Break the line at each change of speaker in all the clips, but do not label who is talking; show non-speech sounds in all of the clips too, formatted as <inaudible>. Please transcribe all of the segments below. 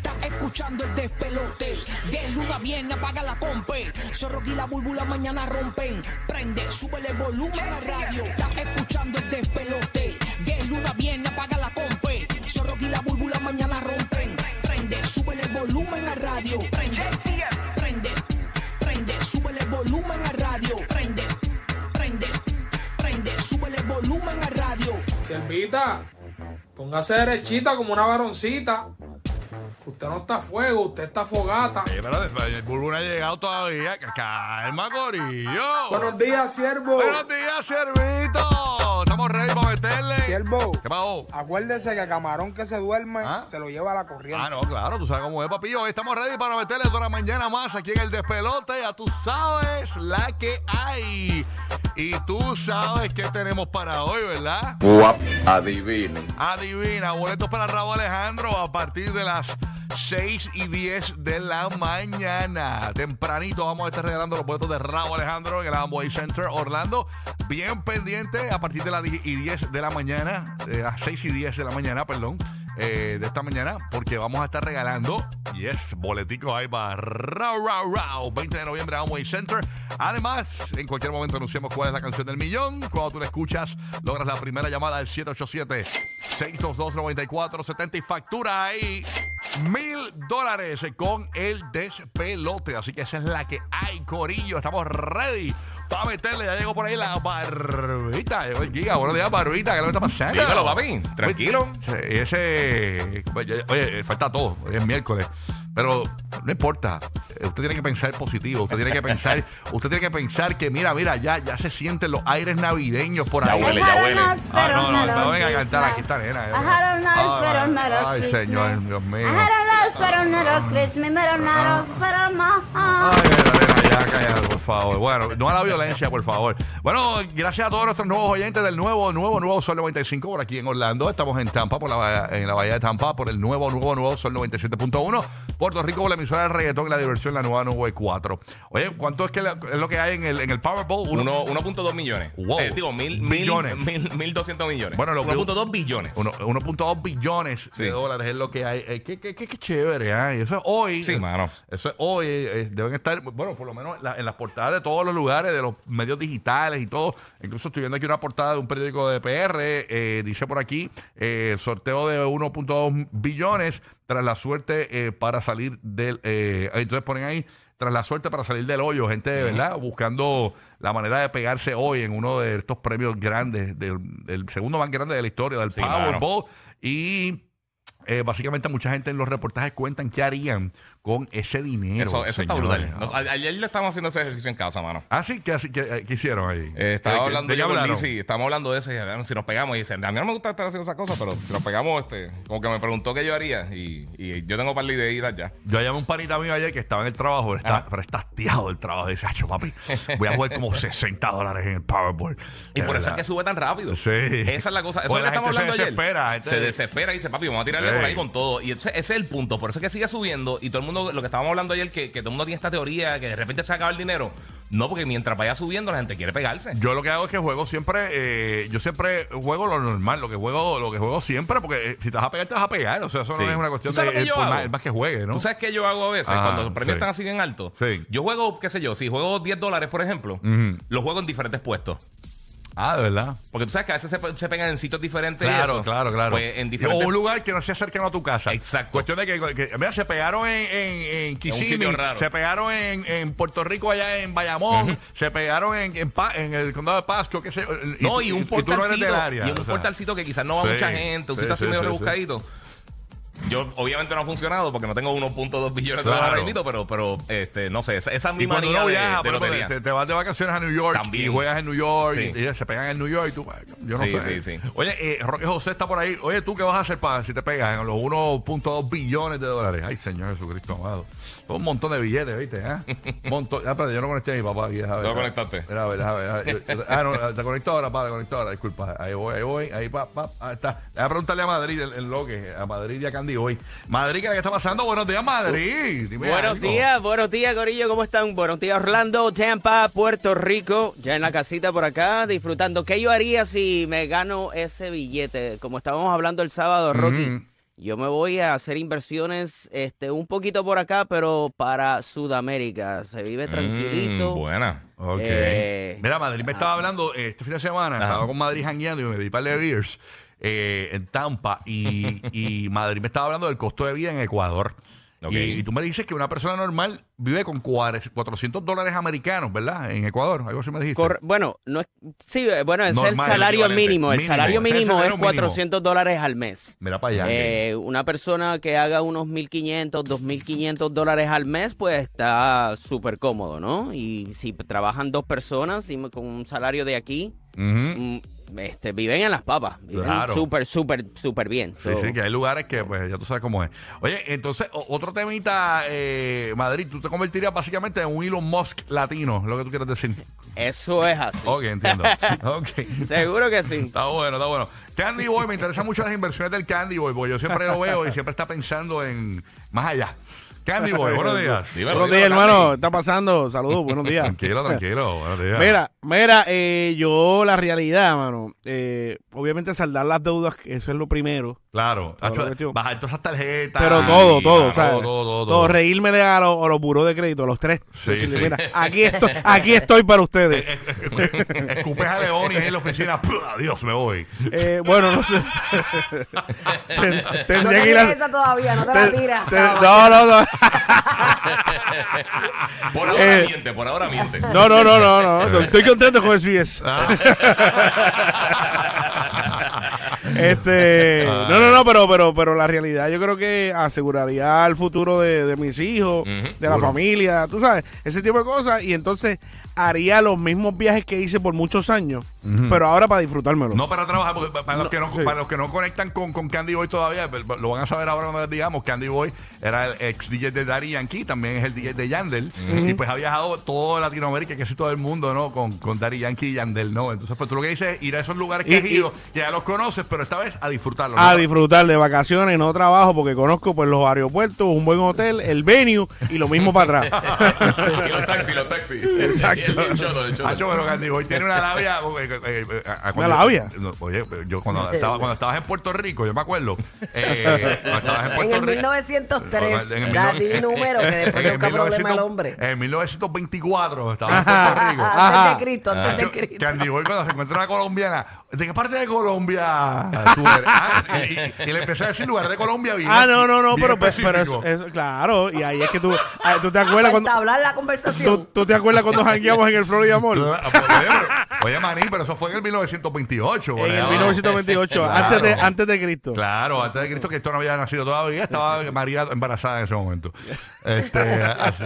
Está escuchando el despelote. De luna viene, apaga la compe. Zorro y la búlbula mañana rompen. Prende, súbele el volumen a la radio. Estás escuchando el despelote. De luna viene, apaga la compe. Zorro y la búlbula mañana rompen. Prende, súbele el volumen a radio. Prende, prende, prende, súbele el volumen a radio. Prende, prende, prende, súbele el volumen a radio.
Siervita, póngase derechita como una varoncita. Usted no está a fuego, usted está fogata.
Eh, espérate, espérate, el Bulbo no ha llegado todavía. C- Calma, Corillo.
Buenos días, siervo.
Buenos días, Ciervito. Estamos ready para meterle.
Ah,
Siervo,
¿Qué pasó?
acuérdese que camarón que se duerme
¿Ah?
se lo lleva a la corriente.
Ah, no, claro, tú sabes cómo es, papillo. Hoy estamos ready para meterle toda la mañana más aquí en el despelote. Ya tú sabes la que hay. Y tú sabes qué tenemos para hoy, ¿verdad?
Guap, adivinen.
Adivina, boletos para Raúl Alejandro a partir de las 6 y 10 de la mañana. Tempranito vamos a estar regalando los boletos de Raúl Alejandro en el Amway Center Orlando. Bien pendiente a partir de las 10 y 10 de la mañana, de las 6 y 10 de la mañana, perdón, eh, de esta mañana, porque vamos a estar regalando, yes, boleticos ahí para Raúl, Raúl, Raúl, 20 de noviembre Amway Center. Además, en cualquier momento anunciamos cuál es la canción del millón. Cuando tú la escuchas, logras la primera llamada al 787. 622-9470 y factura ahí mil dólares con el despelote. Así que esa es la que hay, Corillo. Estamos ready para meterle. Ya llegó por ahí la barbita. Llegó el giga. Buenos días, barbita. ¿Qué le está pasando?
Dímelo, papi. Tranquilo.
Oye, Ese. pues, Oye, falta todo. Hoy es miércoles. Pero no importa. Usted tiene que pensar positivo. Usted tiene que pensar. <laughs> Usted tiene que pensar que, mira, mira, ya, ya se sienten los aires navideños por
Ya
ahí.
huele, ya huele.
Ah, no, no, no,
no
venga a cantar aquí esta nena.
I had a nice, but I'm not a
Ay,
Christmas.
señor, Dios mío. Ah.
I had a lot, but I'm not a Christmas, but I'm not a- but I'm a-
Ay, Lorena, ya cállate, por favor. Bueno, no a la violencia, por favor. Bueno, gracias a todos nuestros nuevos oyentes del nuevo, nuevo, nuevo Sol 95 por aquí en Orlando. Estamos en Tampa, por la, bahía- en la bahía de Tampa, por el nuevo, nuevo, nuevo Sol 97.1. Puerto Rico, por la emisora de reggaetón, la diversión, la nueva 94. Oye, ¿cuánto es, que la- es lo que hay en el, en el Powerball?
Uno- 1.2 millones.
Wow.
Eh, digo, mil,
Billones.
millones. Mil, 1.200 millones.
Bueno, lo que-
1.2 billones.
Uno- 1.2 billones
Sí.
de dólares es lo que hay. Eh, qué, qué- qué- qué chévere, ¿eh? Y Eso es hoy.
Sí, mano.
Eso es hoy. eh, deben estar, bueno, por lo menos en la- en las portadas de todos los lugares, de los medios digitales y todo. Incluso estoy viendo aquí una portada de un periódico de PR. eh, dice por aquí, eh, sorteo de 1.2 billones tras la suerte eh, para salir del... eh, entonces ponen ahí... Tras la suerte para salir del hoyo, gente, ¿verdad? Buscando la manera de pegarse hoy en uno de estos premios grandes, del, del segundo más grande de la historia, del
Sí,
Powerball.
mano.
Y eh, básicamente mucha gente en los reportajes cuentan qué harían con ese dinero.
eso eso está
señores.
brutal. Nos- a- ayer le estamos haciendo ese ejercicio en casa, mano.
Ah, sí, ¿qué, así- qué, eh, qué hicieron ahí?
Eh, estaba
¿De qué-
hablando
de qué
yo con
hablaron?
Lizzy, estábamos hablando de eso y hablaron, si nos pegamos. Y dice, a mí no me gusta estar haciendo esas cosas, pero si nos pegamos, este, como que me preguntó qué yo haría. Y, y yo tengo un par de ideitas ya.
Yo llamé a un panita mío ayer que estaba en el trabajo, pero está,
Ajá.
pero está hastiado del trabajo. Dice, "Acho,
<laughs>
papi, voy a jugar como 60 dólares en el Powerball.
Y
De
por eso es
verdad.
que sube tan rápido.
Sí.
Esa es la cosa. Eso
Porque
es lo
la gente
que estamos
se
hablando ayer.
desespera, gente-
Se desespera y dice, papi, vamos a tirarle
Sí.
por ahí con todo. Y ese, ese es el punto. Por eso es que sigue subiendo. Y todo el mundo, lo que estábamos hablando ayer, que, que todo el mundo tiene esta teoría, que de repente se acaba el dinero. No, porque mientras vaya subiendo, la gente quiere pegarse.
Yo lo que hago es que juego siempre, eh, yo siempre juego lo normal, lo que juego, lo que juego siempre, porque eh, si te vas a pegar, te vas a pegar. O sea, eso
Sí.
no es una
¿Tú
cuestión de
sabes lo que
eh,
yo
por
hago?
más, el más que juegue, ¿no?
¿Tú sabes qué yo hago a veces?
Ajá,
cuando los premios
sí.
están así bien altos.
Sí.
Yo juego, qué sé yo, si juego 10 dólares, por ejemplo,
Ujú.
los juego en diferentes puestos.
Ah, de verdad.
Porque tú sabes que a veces se, se pegan en sitios diferentes. y
Claro,
eso.
claro, claro.
Pues en
O
diferentes
un lugar que no sea cercano a tu casa.
Exacto.
Cuestión de que, que- mira, se pegaron en, en, en Kissimmee,
sitio raro.
se pegaron en, en Puerto Rico, allá en Bayamón, se pegaron en, en, Pa- en el condado de Pasco, qué sé yo, y
No,
tú-
y un
tú no eres
portalcito.
del área,
y un
o sea.
portalcito que quizás no va
Sí,
mucha gente, un
sí,
sitio así
sí,
medio
sí, sí.
rebuscadito. Yo, obviamente, no ha funcionado porque no tengo 1.2 billones de
Claro.
dólares ahora mismo, pero, pero este, no sé, esa, esa es mi
Y cuando
manía
no
de,
viajas,
de
pero
lotería.
te, te- te vas de vacaciones a New York
También.
y juegas en New York
Sí.
y, y se pegan en New York y tú, ay, yo no
Sí,
sé.
sí, sí.
Oye, eh, Roque José está por ahí. Oye, ¿tú qué vas a hacer para si te pegas en los 1.2 billones de dólares? Ay, Señor Jesucristo amado. Son un montón de billetes, ¿viste?
<laughs>
¿eh? Un montón. Ah, espérate, yo no conecté a mi papá aquí. déjame ver.
No conectaste.
Espera, a ver, déjame ver, déjame ver. Yo- yo- Ah, no, te conecto ahora, pa, te conecto ahora. Disculpa. Ahí voy, ahí voy. Ahí, pa, pa. Ahí está. Voy a preguntarle a Madrid el, el loque. A Madrid y a Candy hoy. Madrid, ¿qué es lo que está pasando? Buenos días, Madrid. Dime
Buenos
algo.
días, buenos días, Corillo, ¿cómo están? Buenos días, Orlando, Tampa, Puerto Rico, ya en la casita por acá, disfrutando. ¿Qué yo haría si me gano ese billete? Como estábamos hablando el sábado, Rocky,
Mm.
yo me voy a hacer inversiones este, un poquito por acá, pero para Sudamérica. Se vive
este,
tranquilito.
Mm, buena.
Ok.
Eh,
Mira, Madrid me estaba hablando eh, este fin de semana,
Ajá.
estaba con Madrid jangueando y me di para de beers eh, en Tampa y, y Madrid me estaba hablando del costo de vida en Ecuador.
Ok.
Y, y tú me dices que una persona normal vive con cuare- 400 dólares americanos, ¿verdad? En Ecuador, algo así me dijiste.
Cor- bueno, no es, sí, eh, bueno, es
Normal,
el salario
equivalente.
mínimo. El
Mínimo,
salario
ese es el
mínimo es
salario mínimo.
400 dólares al mes.
Mira para allá.
Eh, una persona que haga unos 1.500, 2.500 dólares al mes, pues está súper cómodo, ¿no? Y si trabajan dos personas y con un salario de aquí,
Ujú.
mm, este, viven en las papas. Viven
Claro.
súper, súper, súper bien.
Sí,
So,
sí, que hay lugares que pues ya tú sabes cómo es. Oye, entonces, o- otro temita, eh, Madrid, tú te convertirías básicamente en un Elon Musk latino, es lo que tú quieres decir.
Eso es así.
Ok,
<laughs>
entiendo. ok.
Seguro
<laughs>
que sí.
Está bueno, está bueno. Candy Boy, me interesan mucho las inversiones del Candy Boy, porque yo siempre lo veo y siempre está pensando en más allá. Candy Boy, buenos días.
Dímelo,
Buenos días,
dímelo,
hermano. Está pasando. Saludos, buenos días.
Tranquilo, tranquilo, buenos
<laughs>
días.
Mira, mira, eh, yo la realidad, mano. eh, obviamente saldar las deudas, que eso es lo primero. <laughs>
Claro,
Pero
hacho,
la cuestión-
bajar todas esas tarjetas.
Pero
Sí,
todo, todo,
claro,
o sea,
todo,
todo,
todo, todo.
reírme a los, a los buró de crédito, a los tres.
Sí,
Decirle,
sí. <laughs>
"Mira, aquí estoy, aquí estoy para ustedes.
Escupes a León y en la oficina, <laughs> ¡pum! adiós, me voy.
Eh, bueno, no sé. Ten-
No
tendría
te
que ir a-
tires esa todavía, no te la
ten-
tiras.
ten- no, no, no.
Por
Ah,
ahora
Eh,
miente, por ahora
<laughs>
miente.
No, no, no, no, no, no. Estoy contento con SBS.
Ah.
Este, no, no, no, pero, pero, pero la realidad yo creo que aseguraría el futuro de, de mis hijos, de la familia, tú sabes, ese tipo de cosas. Y entonces haría los mismos viajes que hice por muchos años, pero ahora para disfrutármelo.
No para trabajar, porque para, los que no,
sí.
para los que no conectan con, con Candy Boy todavía, pues, lo van a saber ahora cuando les digamos, Candy Boy era el ex DJ de Daddy Yankee, también es el DJ de Yandel, y pues ha viajado todo Latinoamérica, que sí todo el mundo, ¿no? Con, con Daddy Yankee y Yandel, ¿no? Entonces, pues tú lo que dices es ir a esos lugares que
Y-
has
y-
ido, que ya los conoces, pero esta vez a disfrutarlos.
a
¿no?
disfrutar de vacaciones, no trabajo, porque conozco pues los aeropuertos, un buen hotel, el venue y lo mismo para atrás.
<laughs>
y los taxis, los taxis. Exacto. El, choto, el choto.
Hacho, pero Candy Boy tiene una labia. <laughs> eh, eh, eh, a- a- cuando-
labia?
No, Oye, yo cuando, estaba, cuando estabas en Puerto Rico, yo me acuerdo. eh, cuando estabas en
En
Puerto
el
Rico.
1903,
En el
da
19-
di número que
<laughs>
después se busca problema al hombre.
En 1924 estaba en Puerto Rico.
Ah,
Antes de Cristo, antes de
Ah, Yo-
Cristo.
Candy Boy cuando se encuentra una colombiana. ¿De qué parte de Colombia tú eres? Ah, y, y- y le empezó a decir lugar de Colombia bien-
ah, no, no, no,
bien
pero, pero eso,
específico.
eso- claro, y ahí es que tú, ah, tú te acuerdas cuando...
Para hablar la
¿Tú,
conversación.
tú te acuerdas cuando jangueamos en el Flor y Amor?
Ah, pues, oye, pero- Oye, Maní, pero eso fue en el 1928.
En el
¿verdad?
1928,
Claro.
antes, de, antes de Cristo.
Claro, antes de Cristo, que esto no había nacido todavía,
<laughs>
estaba María embarazada en ese momento. Este, así-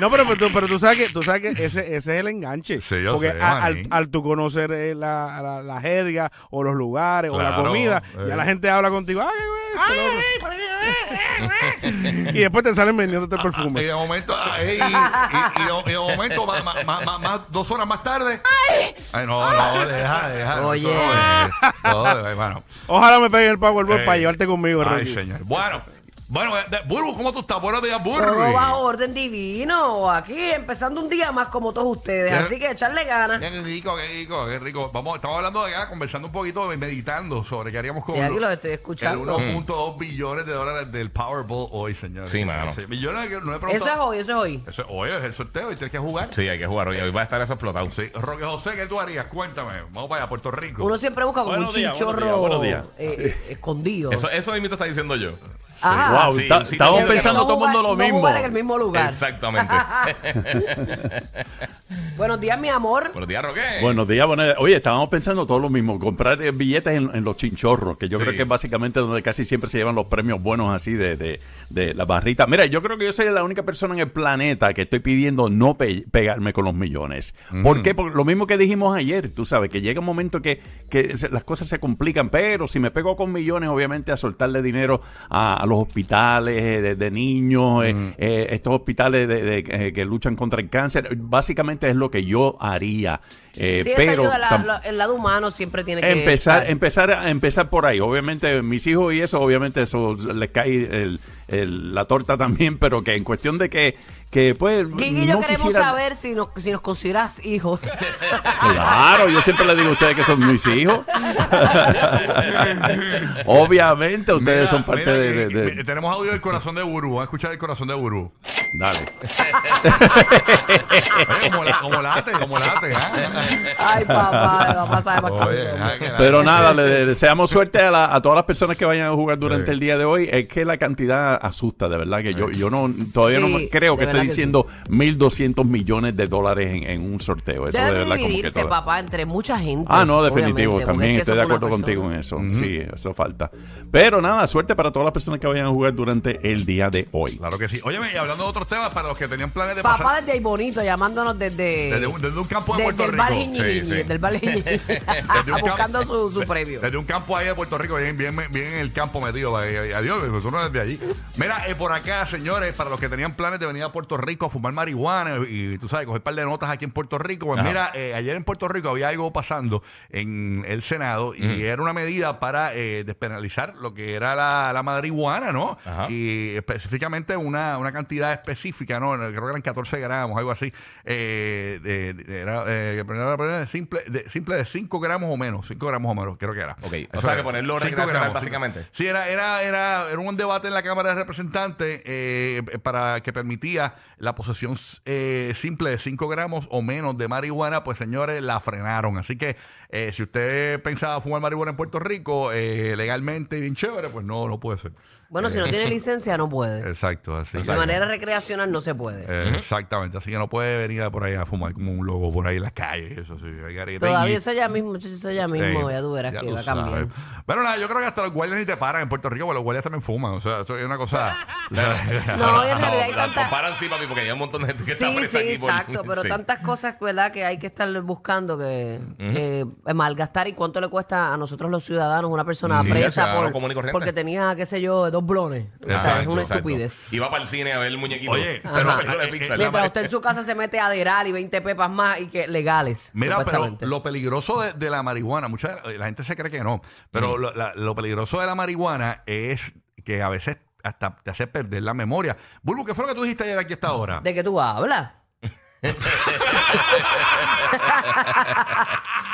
No, pero, pero, tú, pero tú sabes que, tú sabes que ese, ese es el enganche.
Sí, yo
Porque
sé,
a-
maní.
al, al tú conocer eh, la, la, la jerga o los lugares o
Claro,
la comida,
eh.
ya la gente habla contigo. "Ay, eh, güey, esto, lo otro". <laughs> y después te salen vendiéndote el
y
perfume.
de momento, ay, y, y- y de, y de momento, más, más- más- más- más- dos horas más tarde. ¡Ay! no, no, deja, deja.
Oye.
eso No, es. no, hermano.
Ojalá me peguen el Powerball
Eh.
para llevarte conmigo,
Ay,
Rocky.
señor. Bueno, bueno, eh, de- Burbu, ¿cómo tú estás? Buenos días, Burbu.
Todo va a orden divino. Aquí empezando un día más como todos ustedes.
Ya.
Así que echarle ganas.
Qué rico, qué rico, qué rico. Vamos, estamos hablando de acá, conversando un poquito, meditando sobre qué haríamos con
Sí, aquí
lo-
los estoy escuchando.
Mm.
El 1.2 billones de dólares del Powerball hoy, señores.
Sí, mano.
Sí, millones que no he
Eso es
preguntado.
hoy, eso es hoy.
Eso es hoy es el sorteo y tienes que jugar.
Sí, hay que jugar. Hoy, hoy va a estar eso explotado.
Sí. Roque José, ¿qué tú harías? Cuéntame. Vamos para allá, Puerto Rico.
Uno siempre busca como un
Buenos días,
chinchorro eh, eh, escondido.
Eso, eso mismo está diciendo yo.
Ajá.
Ah,
Wow, está- estamos
<laughs>
Que no jugar- no jugar en el mismo lugar.
Exactamente.
Buenos días, mi amor.
Buenos días, Roque.
Buenos días, buenos días. Oye, estábamos pensando todo lo mismo, comprar eh, billetes en, en los chinchorros, que yo creo que es básicamente donde casi siempre se llevan los premios buenos así de, de, de la barrita. Mira, yo creo que yo soy la única persona en el planeta que estoy pidiendo no pe- pegarme con los millones. ¿Por qué? Por lo mismo que dijimos ayer, tú sabes, que llega un momento que, que se- las cosas se complican, pero si me pego con millones, obviamente a soltarle dinero a, a los hospitales eh, de, de niños, eh, eh, estos hospitales de- de- eh, que luchan contra el cáncer, básicamente es lo que yo haría. Eh,
sí, esa
pero
ayuda, la-
tam-
la- el lado humano siempre tiene que
empezar,
estar.
empezar, a- empezar por ahí. Obviamente, mis hijos y eso, obviamente, eso les cae el- el- la torta también, pero que en cuestión de que, que pues.
Gigi y yo
no
queremos
quisiera-
saber si nos, si nos consideras hijos. <laughs>
Claro, yo siempre le digo a ustedes que son mis hijos. <laughs> obviamente, ustedes son parte
Mira,
de.
que-
de- de-
que- Tenemos audio del corazón de Buru. Vamos a escuchar el corazón de Buru.
Dale.
Oye, como, la- como late, como late. ¿ah?
Ay, papá, papá sabe más que
Oye, ah, que la-
Pero nada, le de- deseamos suerte a, la- a todas las personas que vayan a jugar durante el día de hoy. Es que la cantidad asusta, de verdad que yo, yo no todavía no
Sí,
me- creo
de
que
verdad
estoy
que
diciendo 1.200 millones de dólares en, en un sorteo. Eso de
Debe
verdad como que
dividirse,
todo-
papá, entre mucha gente.
Ah, no, definitivo,
obviamente, porque
también
es que
estoy de
somos una
acuerdo
persona.
contigo en eso. Sí, eso falta. Pero nada, suerte para todas las personas que vayan a jugar durante el día de hoy.
Claro que sí. Oye, y hablando de otros temas, para los que tenían planes de pasar
Papá desde ahí bonito, llamándonos desde.
desde un, desde un campo de
desde
Puerto
el
Rico.
Val Jiñi,
Sí, sí.
Del Val Jiñi. <laughs>
<laughs> Desde un
Ah, Buscando
campo-
su, su premio.
Desde un campo ahí de Puerto Rico, bien, bien, bien en el campo metido. eh, eh, Adiós, eh, tú no eres de allí. Mira, eh, por acá, señores, para los que tenían planes de venir a Puerto Rico a fumar marihuana y, tú sabes, coger un par de notas aquí en Puerto Rico. Pues
Ajá.
mira, eh, ayer en Puerto Rico había algo pasando en el Senado y
Mm.
era una medida para eh, despenalizar lo que era la, la marihuana, ¿no?
Ajá.
Y específicamente una, una cantidad específica, ¿no? Creo que eran 14 gramos, algo así. Eh, de- de- era, eh, era- era simple, de, simple de 5 gramos o menos, 5 gramos o menos, creo que era.
Ok, o
Eso
sea,
era,
que ponerlo
cinco
recreacional,
gramos,
básicamente.
Sí, era, era, era, era un debate en la Cámara de Representantes eh, para que permitía la posesión eh, simple de 5 gramos o menos de marihuana, pues señores, la frenaron. Así que eh, si usted pensaba fumar marihuana en Puerto Rico, eh, legalmente y bien chévere, pues no, no puede ser.
Bueno, si no
Eh,
tiene licencia, no puede.
Exacto, así
De
que-
manera recreacional no se puede.
eh, Exactamente, así que no puede venir a por ahí a fumar como un loco por ahí en las calles, eso sí. hay garete
Todavía
y-
eso ya mismo, muchachos, eso ya mismo,
Sí,
ya tú verás
ya
que
tú
va a cambiar.
sabes. Pero nada, yo creo que hasta los guardias ni te paran en Puerto Rico, porque los guardias también fuman. O sea, eso es una
<laughs>
cosa.
No, en realidad hay
la
tanta-
comparan, sí, papi, porque hay un montón de gente que está
Sí, sí,
presa aquí por- <laughs>
exacto, pero
sí.
tantas cosas, ¿verdad?, que hay que estar buscando que, que eh, malgastar y cuánto le cuesta a nosotros los ciudadanos una persona
Mm.
Sí, el
presa
ciudadano
por-
común y corriente.
porque tenía, qué sé yo, dos blones. o sea, es
Exacto,
una
exacto.
estupidez.
Iba para el cine a ver el muñequito.
Oye,
Ajá.
pero-
Una película de Pixar.
Mientras usted en su casa se mete a derar y 20 pepas más y que legales,
Mira, pero
supuestamente.
lo peligroso de, de la marihuana, mucha la gente se cree que no, pero
Mm.
lo, la- lo peligroso de la marihuana es que a veces hasta te hace perder la memoria. Bulbu, ¿qué fue lo que tú dijiste ayer aquí a esta hora?
¿De qué tú hablas?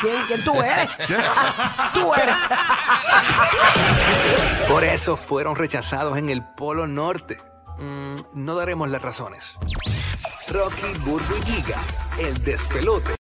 ¿Quién, ¿Quién tú eres? tú eres.
Por eso fueron rechazados en el Polo Norte. Mm, no daremos las razones. Rocky Burbu y Giga, el despelote.